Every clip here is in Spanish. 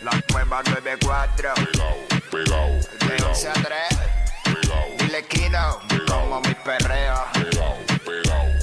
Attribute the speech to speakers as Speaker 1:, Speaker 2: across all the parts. Speaker 1: Rumba 94.
Speaker 2: Pegao, pegao,
Speaker 1: De
Speaker 2: pegao,
Speaker 1: 11 a 3.
Speaker 2: pegao,
Speaker 1: Le quito como mis perreos.
Speaker 2: pegao, pegao.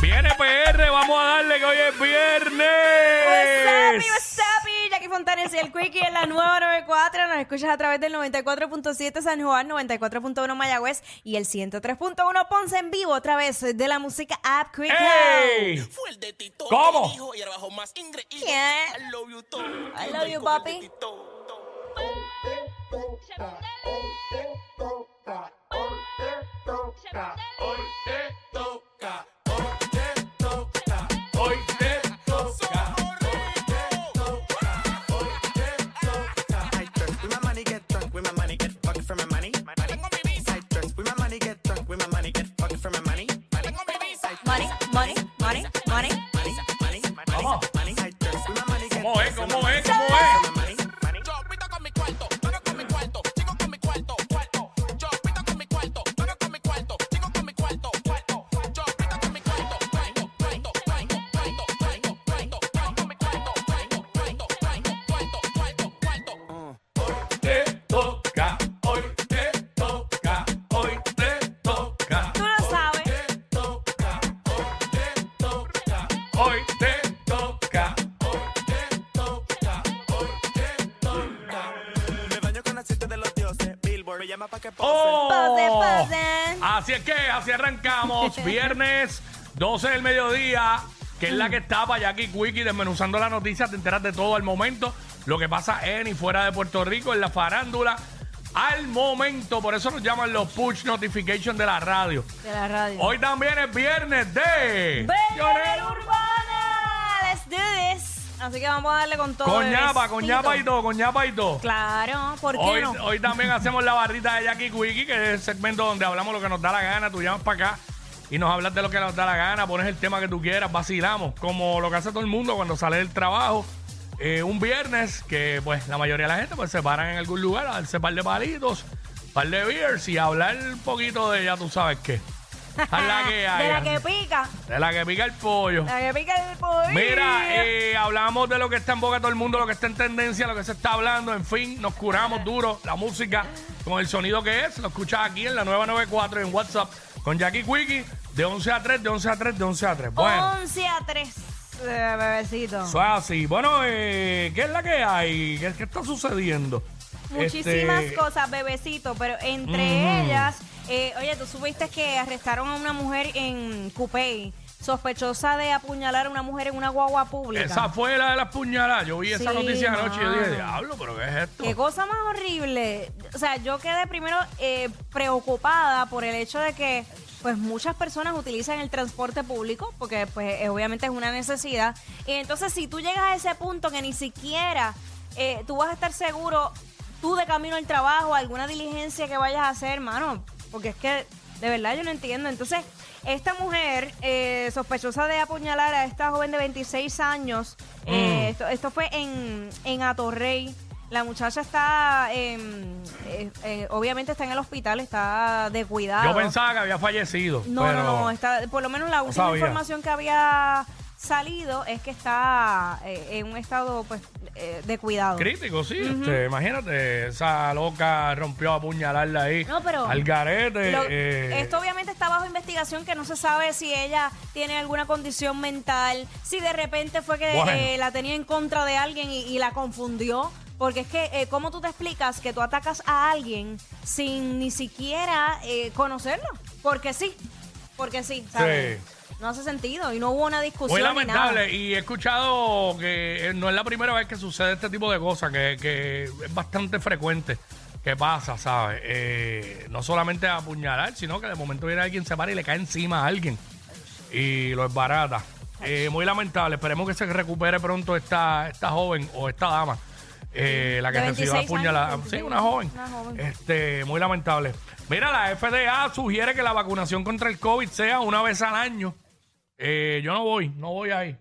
Speaker 3: Viene PR, vamos a darle que hoy es
Speaker 4: What's up,
Speaker 3: viernes.
Speaker 4: y what's up, y Jackie Fontanes y el Quickie en la nueva 94. Nos escuchas a través del 94.7 San Juan, 94.1 Mayagüez y el 103.1 Ponce en vivo a través de la música App Quick House.
Speaker 3: ¡Ey!
Speaker 5: Fue el de Tito.
Speaker 3: ¿Cómo?
Speaker 5: que dijo, y ahora bajó más ingre- y-
Speaker 4: Yeah.
Speaker 5: I love you, Tom.
Speaker 4: I love you,
Speaker 5: Con el de
Speaker 4: papi.
Speaker 5: Tito.
Speaker 6: Side dress, with my money get drunk, with my money get fucked for my money. My money. Side dress, with my money get drunk, with my money get fucked for my money. Money,
Speaker 4: Money, money, money, money.
Speaker 6: money, money, my money,
Speaker 3: ¿Cómo?
Speaker 6: money. Side dress, with my money get
Speaker 3: ¿Cómo es?
Speaker 6: drunk,
Speaker 3: ¿Cómo es?
Speaker 6: with my
Speaker 3: ¿Cómo
Speaker 6: money,
Speaker 3: es?
Speaker 6: my money, money.
Speaker 5: Yo pito con mi cuarto, pago con mi cuarto, sigo con mi cuarto, cuarto. Yo pito con mi cuarto, pago con mi cuarto, sigo con mi cuarto, cuarto. Yo pito con mi cuarto, cuarto, cuarto, cuarto, cuarto, cuarto, cuarto, pago con mi cuarto, cuarto, cuarto, cuarto, cuarto, cuarto, cuarto.
Speaker 3: Te toca, hoy te toca, hoy te toca,
Speaker 4: Tú
Speaker 5: Oh.
Speaker 4: lo sabes.
Speaker 3: hoy te toca.
Speaker 6: Me baño con aceite de los dioses. Billboard me llama pa' que pose.
Speaker 4: Pase,
Speaker 3: ¡Oh!
Speaker 4: pase.
Speaker 3: Así es que, así arrancamos. Viernes 12 del mediodía, que es la que está para Jackie Quickie desmenuzando la noticia. Te enteras de todo al momento. Lo que pasa en y fuera de Puerto Rico, en la farándula. Al momento, por eso nos llaman los push notification de la radio.
Speaker 4: De la radio.
Speaker 3: Hoy también es viernes de.
Speaker 4: Bebé Urbana. Let's do this. Así que vamos a darle con todo.
Speaker 3: Con ñapa,
Speaker 4: bebecito.
Speaker 3: con ñapa y todo, con ñapa y todo.
Speaker 4: Claro, ¿por qué
Speaker 3: Hoy,
Speaker 4: no?
Speaker 3: hoy también hacemos la barrita de Jackie Quickie, que es el segmento donde hablamos lo que nos da la gana. Tú llamas para acá y nos hablas de lo que nos da la gana, pones el tema que tú quieras, vacilamos, como lo que hace todo el mundo cuando sale del trabajo. Eh, un viernes que, pues, la mayoría de la gente pues, se paran en algún lugar a darse par de palitos, par de beers y hablar un poquito de ya tú sabes qué. A la que
Speaker 4: Ah, de la
Speaker 3: hay.
Speaker 4: que pica.
Speaker 3: De la que pica el pollo.
Speaker 4: La que pica el pollo.
Speaker 3: Mira, eh, hablamos de lo que está en boca de todo el mundo, lo que está en tendencia, lo que se está hablando, en fin, nos curamos duro la música con el sonido que es. Lo escuchas aquí en la 994 en WhatsApp con Jackie Quickie de 11 a 3, de 11 a 3, de 11 a 3. Bueno,
Speaker 4: 11 a 3. eh, bebecito.
Speaker 3: eso es así. Bueno, eh, ¿qué es la que hay? ¿Qué, qué está sucediendo?
Speaker 4: Muchísimas
Speaker 3: Este,
Speaker 4: cosas, bebecito, pero entre
Speaker 3: Ujú.
Speaker 4: ellas, eh, oye, tú supiste que arrestaron a una mujer en Coupey, sospechosa de apuñalar a una mujer en una guagua pública.
Speaker 3: Esa fue la de las puñaladas. Yo vi esa
Speaker 4: Sí,
Speaker 3: noticia anoche y yo dije,
Speaker 4: mano.
Speaker 3: diablo, pero ¿qué es esto?
Speaker 4: Qué cosa más horrible. O sea, yo quedé primero eh, preocupada por el hecho de que pues muchas personas utilizan el transporte público porque pues eh, obviamente es una necesidad. Y entonces si tú llegas a ese punto que ni siquiera eh, tú vas a estar seguro tú de camino al trabajo, alguna diligencia que vayas a hacer, hermano, porque es que de verdad yo no entiendo. Entonces, esta mujer eh, sospechosa de apuñalar a esta joven de 26 años, eh,
Speaker 3: Mm.
Speaker 4: esto, esto fue en, en Atorrey. La muchacha está, em, eh, eh, obviamente está en el hospital, está de cuidado.
Speaker 3: Yo pensaba que había fallecido.
Speaker 4: No,
Speaker 3: pero-
Speaker 4: no, no, está, por lo menos la última
Speaker 3: sabía.
Speaker 4: información que había salido es que está eh, en un estado pues eh, de cuidado.
Speaker 3: Crítico, sí. este, imagínate, esa loca rompió a puñalarla ahí.
Speaker 4: No, pero-
Speaker 3: Al garete.
Speaker 4: Lo-
Speaker 3: eh,
Speaker 4: esto obviamente está bajo investigación que no se sabe si ella tiene alguna condición mental, si de repente fue que
Speaker 3: Bueno.
Speaker 4: eh, la tenía en contra de alguien y, y la confundió. Porque es que, eh, ¿cómo tú te explicas que tú atacas a alguien sin ni siquiera eh, conocerlo? Porque sí, porque sí, ¿sabes? No hace sentido y no hubo una
Speaker 3: Muy
Speaker 4: discusión. ni nada.
Speaker 3: lamentable. Y he escuchado que eh, no es la primera vez que sucede este tipo de cosas, que, que es bastante frecuente que pasa, ¿sabes? Eh, no solamente a apuñalar, sino que de momento viene alguien, se para y le cae encima a alguien. Y lo es Eh, barata. muy lamentable. Esperemos que se recupere pronto esta, esta joven o esta dama. eh, la que
Speaker 4: De
Speaker 3: recibió la
Speaker 4: 26
Speaker 3: puñalada.
Speaker 4: años,
Speaker 3: Sí,
Speaker 4: 26.
Speaker 3: una joven.
Speaker 4: Una joven.
Speaker 3: Este, muy lamentable. Mira, la FDA sugiere que la vacunación contra el COVID sea una vez al año. Eh, yo no voy, no voy ahí.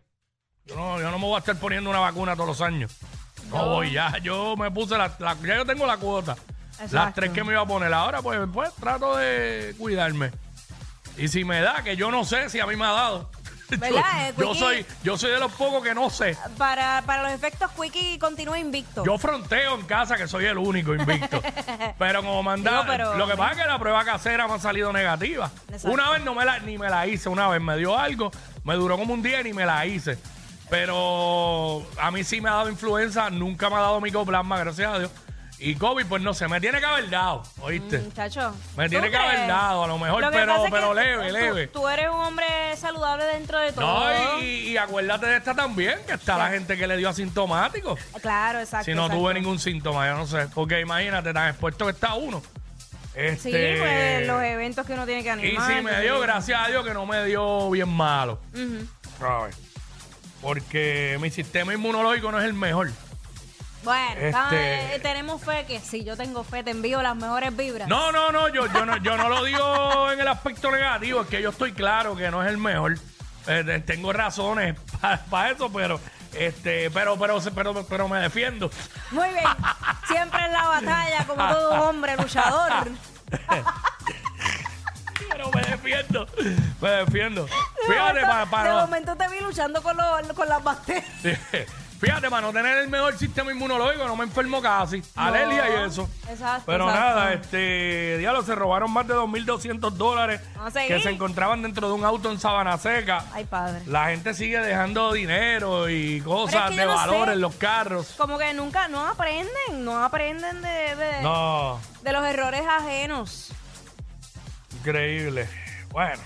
Speaker 3: Yo no, yo no me voy a estar poniendo una vacuna todos los años. No, voy ya. Yo me puse la, la- ya yo tengo la cuota. Las
Speaker 4: Exacto.
Speaker 3: tres que me iba a poner. Ahora pues, pues trato de cuidarme. Y si me da, que yo no sé si a mí me ha dado.
Speaker 4: ¿Verdad, eh,
Speaker 3: yo, yo
Speaker 4: Quickie?
Speaker 3: soy, yo soy de los pocos que no sé.
Speaker 4: Para, para los efectos, Quickie continúa invicto.
Speaker 3: Yo fronteo en casa que soy el único invicto. pero como mandaba,
Speaker 4: Digo, pero-
Speaker 3: lo que pasa es que la prueba casera me ha salido negativa.
Speaker 4: Exacto.
Speaker 3: Una vez no me la, ni me la hice, una vez me dio algo, me duró como un día y ni me la hice. Pero a mí sí me ha dado influenza, nunca me ha dado micoplasma, gracias a Dios. Y COVID, pues no sé, me tiene que haber dado, ¿oíste?
Speaker 4: Muchacho.
Speaker 3: Me
Speaker 4: ¿tú
Speaker 3: tiene que
Speaker 4: crees?
Speaker 3: haber dado, a lo mejor,
Speaker 4: que
Speaker 3: pero-
Speaker 4: pasa es
Speaker 3: pero
Speaker 4: que
Speaker 3: leve,
Speaker 4: tú-
Speaker 3: leve.
Speaker 4: Tú eres un hombre saludable dentro de todo.
Speaker 3: No, y, y acuérdate de esta también, que está la gente que le dio asintomático.
Speaker 4: Claro, exacto.
Speaker 3: si no
Speaker 4: exacto.
Speaker 3: tuve ningún síntoma, yo no sé. Porque imagínate, tan expuesto que está uno.
Speaker 4: Sí,
Speaker 3: Este,
Speaker 4: pues los eventos que uno tiene que
Speaker 3: y
Speaker 4: animar.
Speaker 3: si me dio, gracias a Dios, que no me dio bien malo.
Speaker 4: Ujú.
Speaker 3: ¿sabes? Porque mi sistema inmunológico no es el mejor.
Speaker 4: Bueno, vamos a
Speaker 3: Este-
Speaker 4: ver, eh, tenemos fe que si yo tengo fe, te envío las mejores vibras.
Speaker 3: No, no, no, yo, yo no, yo no lo digo en el aspecto negativo, es que yo estoy claro que no es el mejor. Eh, eh, tengo razones para eso, pero este, pero, pero, pero, pero me defiendo.
Speaker 4: Muy bien. Siempre en la batalla, como todo hombre luchador.
Speaker 3: Pero me defiendo. Me defiendo. Fíjate,
Speaker 4: de, momento,
Speaker 3: para, para
Speaker 4: de momento te vi luchando con, los- con las bacterias.
Speaker 3: Fíjate, para no tener el mejor sistema inmunológico, no me enfermo casi. Alergia y eso.
Speaker 4: exacto,
Speaker 3: Pero
Speaker 4: exacto.
Speaker 3: nada, este, diablo, se robaron más de 2.200 dólares
Speaker 4: Vamos a seguir.
Speaker 3: que se encontraban dentro de un auto en Sabana Seca.
Speaker 4: Ah, Ay, padre.
Speaker 3: La gente sigue dejando dinero y
Speaker 4: Pero
Speaker 3: cosas
Speaker 4: es que
Speaker 3: de
Speaker 4: yo no
Speaker 3: valor
Speaker 4: sé.
Speaker 3: en los carros.
Speaker 4: Como que nunca, no aprenden, no aprenden de, de-
Speaker 3: No,
Speaker 4: de los errores ajenos.
Speaker 3: increíble. Bueno,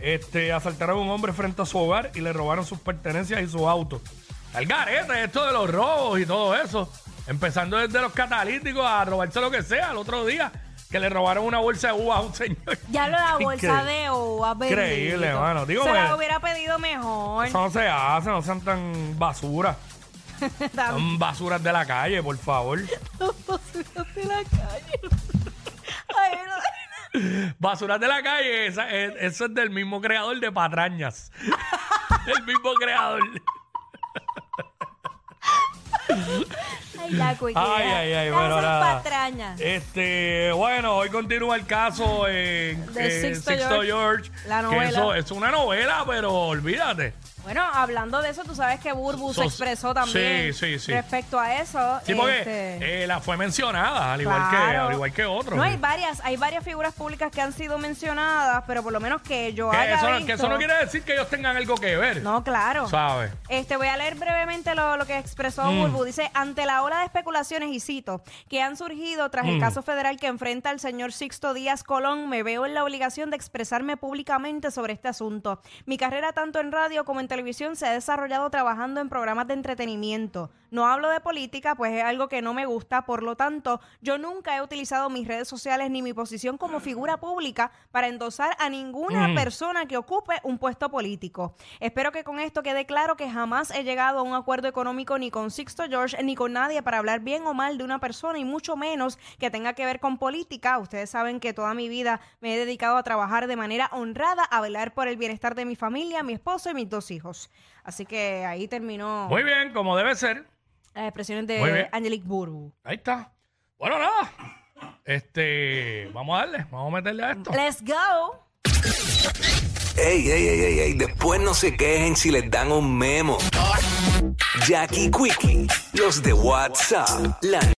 Speaker 3: este, asaltaron a un hombre frente a su hogar y le robaron sus pertenencias y su auto. Al garete, esto de los robos y todo eso. Empezando desde los catalíticos a robarse lo que sea. El otro día que le robaron una bolsa de uvas a un señor.
Speaker 4: Ya lo de la bolsa
Speaker 3: Increíble.
Speaker 4: de uvas,
Speaker 3: Increíble,
Speaker 4: bendito.
Speaker 3: mano. Digo, pues,
Speaker 4: Se
Speaker 3: me-
Speaker 4: la hubiera pedido mejor.
Speaker 3: Eso no se hace, no sean tan basura.
Speaker 4: Tan-
Speaker 3: Son basuras de la calle, por favor.
Speaker 4: de la calle. Ay, no.
Speaker 3: Basuras de la calle, esa- es- eso es del mismo creador de patrañas. el mismo creador.
Speaker 4: Ay, la cuiquera.
Speaker 3: Ay, ay, ay,
Speaker 4: Esas
Speaker 3: bueno,
Speaker 4: son
Speaker 3: nada.
Speaker 4: patrañas.
Speaker 3: Este, bueno, hoy continúa el caso en
Speaker 4: De
Speaker 3: eh,
Speaker 4: Sixto
Speaker 3: George.
Speaker 4: George. La
Speaker 3: que
Speaker 4: novela.
Speaker 3: eso es una novela, pero olvídate.
Speaker 4: Bueno, hablando de eso, tú sabes que Burbu se
Speaker 3: Sos-
Speaker 4: expresó
Speaker 3: Sí,
Speaker 4: también
Speaker 3: sí, sí.
Speaker 4: respecto a eso.
Speaker 3: Sí, porque
Speaker 4: este,
Speaker 3: eh, la fue mencionada, al igual que,
Speaker 4: claro.
Speaker 3: al igual que otros.
Speaker 4: No, hay varias, hay varias figuras públicas que han sido mencionadas, pero por lo menos que yo
Speaker 3: Que
Speaker 4: haya
Speaker 3: eso, no-
Speaker 4: visto...
Speaker 3: que eso no quiere decir que ellos tengan algo que ver.
Speaker 4: No, claro.
Speaker 3: ¿Sabes?
Speaker 4: Este, voy a leer brevemente lo, lo que expresó Burbu. Dice, ante la ola de especulaciones, y cito, que han surgido tras el caso federal que enfrenta el señor Sixto Díaz Colón, me veo en la obligación de expresarme públicamente sobre este asunto. Mi carrera tanto en radio como en televisión se ha desarrollado trabajando en programas de entretenimiento. No hablo de política, pues es algo que no me gusta. Por lo tanto, yo nunca he utilizado mis redes sociales ni mi posición como figura pública para endosar a ninguna persona que ocupe un puesto político. Espero que con esto quede claro que jamás he llegado a un acuerdo económico ni con Sixto George ni con nadie para hablar bien o mal de una persona y mucho menos que tenga que ver con política. Ustedes saben que toda mi vida me he dedicado a trabajar de manera honrada, a velar por el bienestar de mi familia, mi esposo y mis dos hijos. Así que ahí terminó
Speaker 3: Muy bien, como debe ser.
Speaker 4: las expresiones
Speaker 3: Muy bien.
Speaker 4: de Angelique Burbu.
Speaker 3: Ahí está. Bueno, nada. Este, vamos a darle, vamos a meterle a esto.
Speaker 4: Let's go.
Speaker 7: Ey, ey, ey, ey, ey, después no se quejen si les dan un memo. Jackie Quickie, los de WhatsApp, la